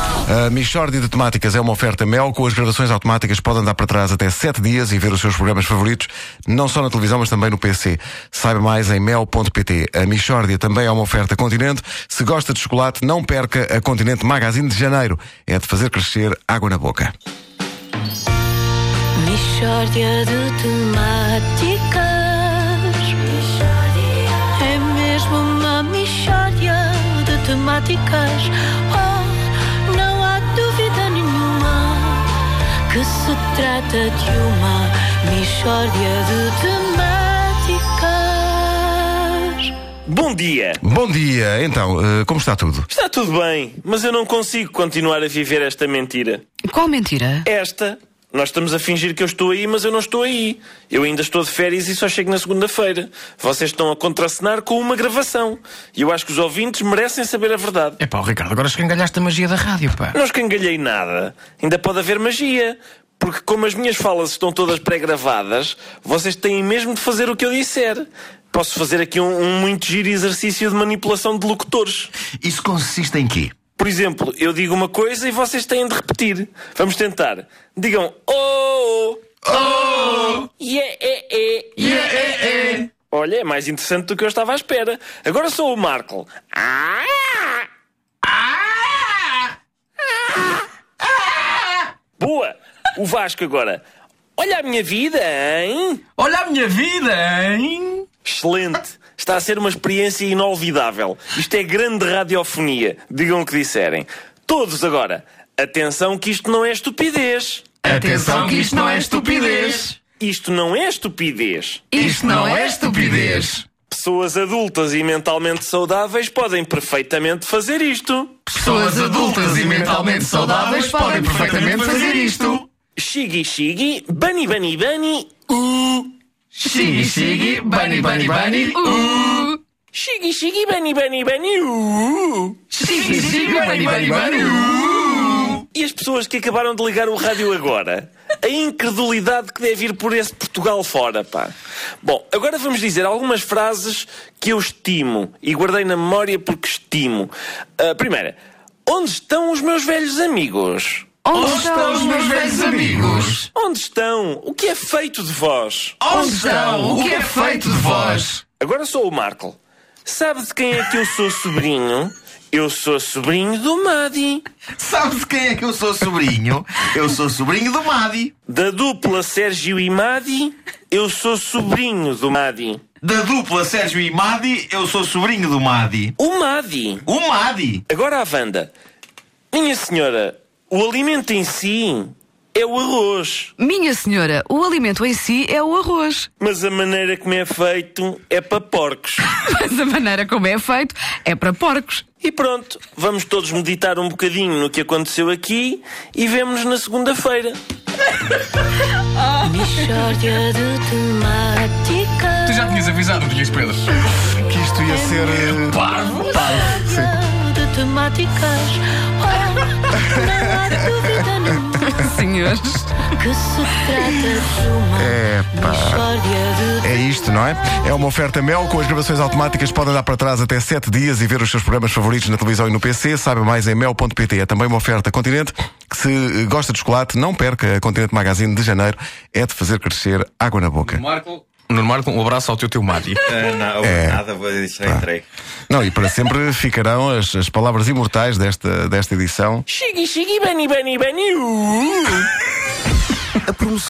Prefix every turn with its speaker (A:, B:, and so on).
A: A Michórdia de Temáticas é uma oferta Mel. Com as gravações automáticas pode andar para trás até 7 dias e ver os seus programas favoritos, não só na televisão, mas também no PC. Saiba mais em mel.pt. A Michórdia também é uma oferta Continente. Se gosta de chocolate, não perca a Continente Magazine de Janeiro. É de fazer crescer água na boca.
B: Mishória de temáticas É mesmo uma mishória de temáticas Oh, não há dúvida nenhuma Que se trata de uma mishória de temáticas
C: Bom dia!
A: Bom dia. Então, eh, como está tudo?
C: Está tudo bem, mas eu não consigo continuar a viver esta mentira.
D: Qual mentira?
C: Esta. Nós estamos a fingir que eu estou aí, mas eu não estou aí. Eu ainda estou de férias e só chego na segunda-feira. Vocês estão a contracenar com uma gravação. E eu acho que os ouvintes merecem saber a verdade.
E: É pá, o Ricardo, agora escangalhaste a magia da rádio, pá.
C: Não escangalhei nada. Ainda pode haver magia. Porque como as minhas falas estão todas pré-gravadas, vocês têm mesmo de fazer o que eu disser. Posso fazer aqui um, um muito giro exercício de manipulação de locutores.
F: Isso consiste em quê?
C: Por exemplo, eu digo uma coisa e vocês têm de repetir. Vamos tentar. Digam oh, oh, yeah, eh, eh, yeah, eh, eh. Olha, é mais interessante do que eu estava à espera. Agora sou o Marco. Ah, ah, ah, ah. Boa! O Vasco agora. Olha a minha vida, hein?
E: Olha a minha vida, hein?
C: Excelente! Está a ser uma experiência inolvidável. Isto é grande radiofonia. Digam o que disserem. Todos agora. Atenção que isto não é estupidez.
E: Atenção que isto não é estupidez.
C: Isto não é estupidez.
E: Isto não é estupidez.
C: Pessoas adultas e mentalmente saudáveis podem perfeitamente fazer isto.
E: Pessoas adultas e mentalmente saudáveis podem perfeitamente fazer isto.
C: Shigi shigi, bani bani bani,
E: Shigi, shigi, bunny, bunny, bunny. Uh.
C: shigi shigi bani bani bani. uh.
E: Shigi, shigi, bunny, bunny, bunny. Uh.
C: E as pessoas que acabaram de ligar o rádio agora? A incredulidade que deve ir por esse Portugal fora, pá. Bom, agora vamos dizer algumas frases que eu estimo e guardei na memória porque estimo. A primeira, onde estão os meus velhos amigos?
E: Onde estão os meus velhos amigos?
C: Onde estão? O que é feito de vós?
E: Onde estão? O que é feito de vós?
C: Agora sou o Marco. Sabe de quem é que eu sou sobrinho? Eu sou sobrinho do Madi,
F: Sabe de quem é que eu sou sobrinho? Eu sou sobrinho do Madi.
C: da dupla Sérgio e Madi. Eu sou sobrinho do Madi.
F: Da dupla Sérgio e Madi, eu sou sobrinho do Madi.
C: O Madi.
F: O Madi?
C: Agora a Wanda. Minha senhora, o alimento em si é o arroz,
D: Minha senhora, o alimento em si é o arroz,
C: mas a maneira como é feito é para porcos.
D: mas a maneira como é feito é para porcos.
C: E pronto, vamos todos meditar um bocadinho no que aconteceu aqui e vemo-nos na segunda-feira.
B: Mishória de temáticas É
E: Tu já tinhas avisado, Luís Pedro.
A: Que isto ia ser. eh,
B: de temáticas. Oh, não há dúvida nenhuma
D: Senhores,
B: que se trata de uma
A: Epá.
B: história de
A: É isto, não é? É uma oferta Mel com as gravações automáticas. Pode andar para trás até 7 dias e ver os seus programas favoritos na televisão e no PC. Saiba mais em mel.pt. É também uma oferta Continente que, se eh, gosta de chocolate, não perca a Continente Magazine de janeiro. É de fazer crescer água na boca.
E: Marco. Nuno Marco, um abraço ao teu teu Madi.
G: Ah, não,
F: É.
G: nada, vou deixar entregue.
A: Não, e para sempre ficarão as, as palavras imortais desta, desta edição.
C: uh! Shiggy, shiggy, bunny, bunny, bunny. ooh.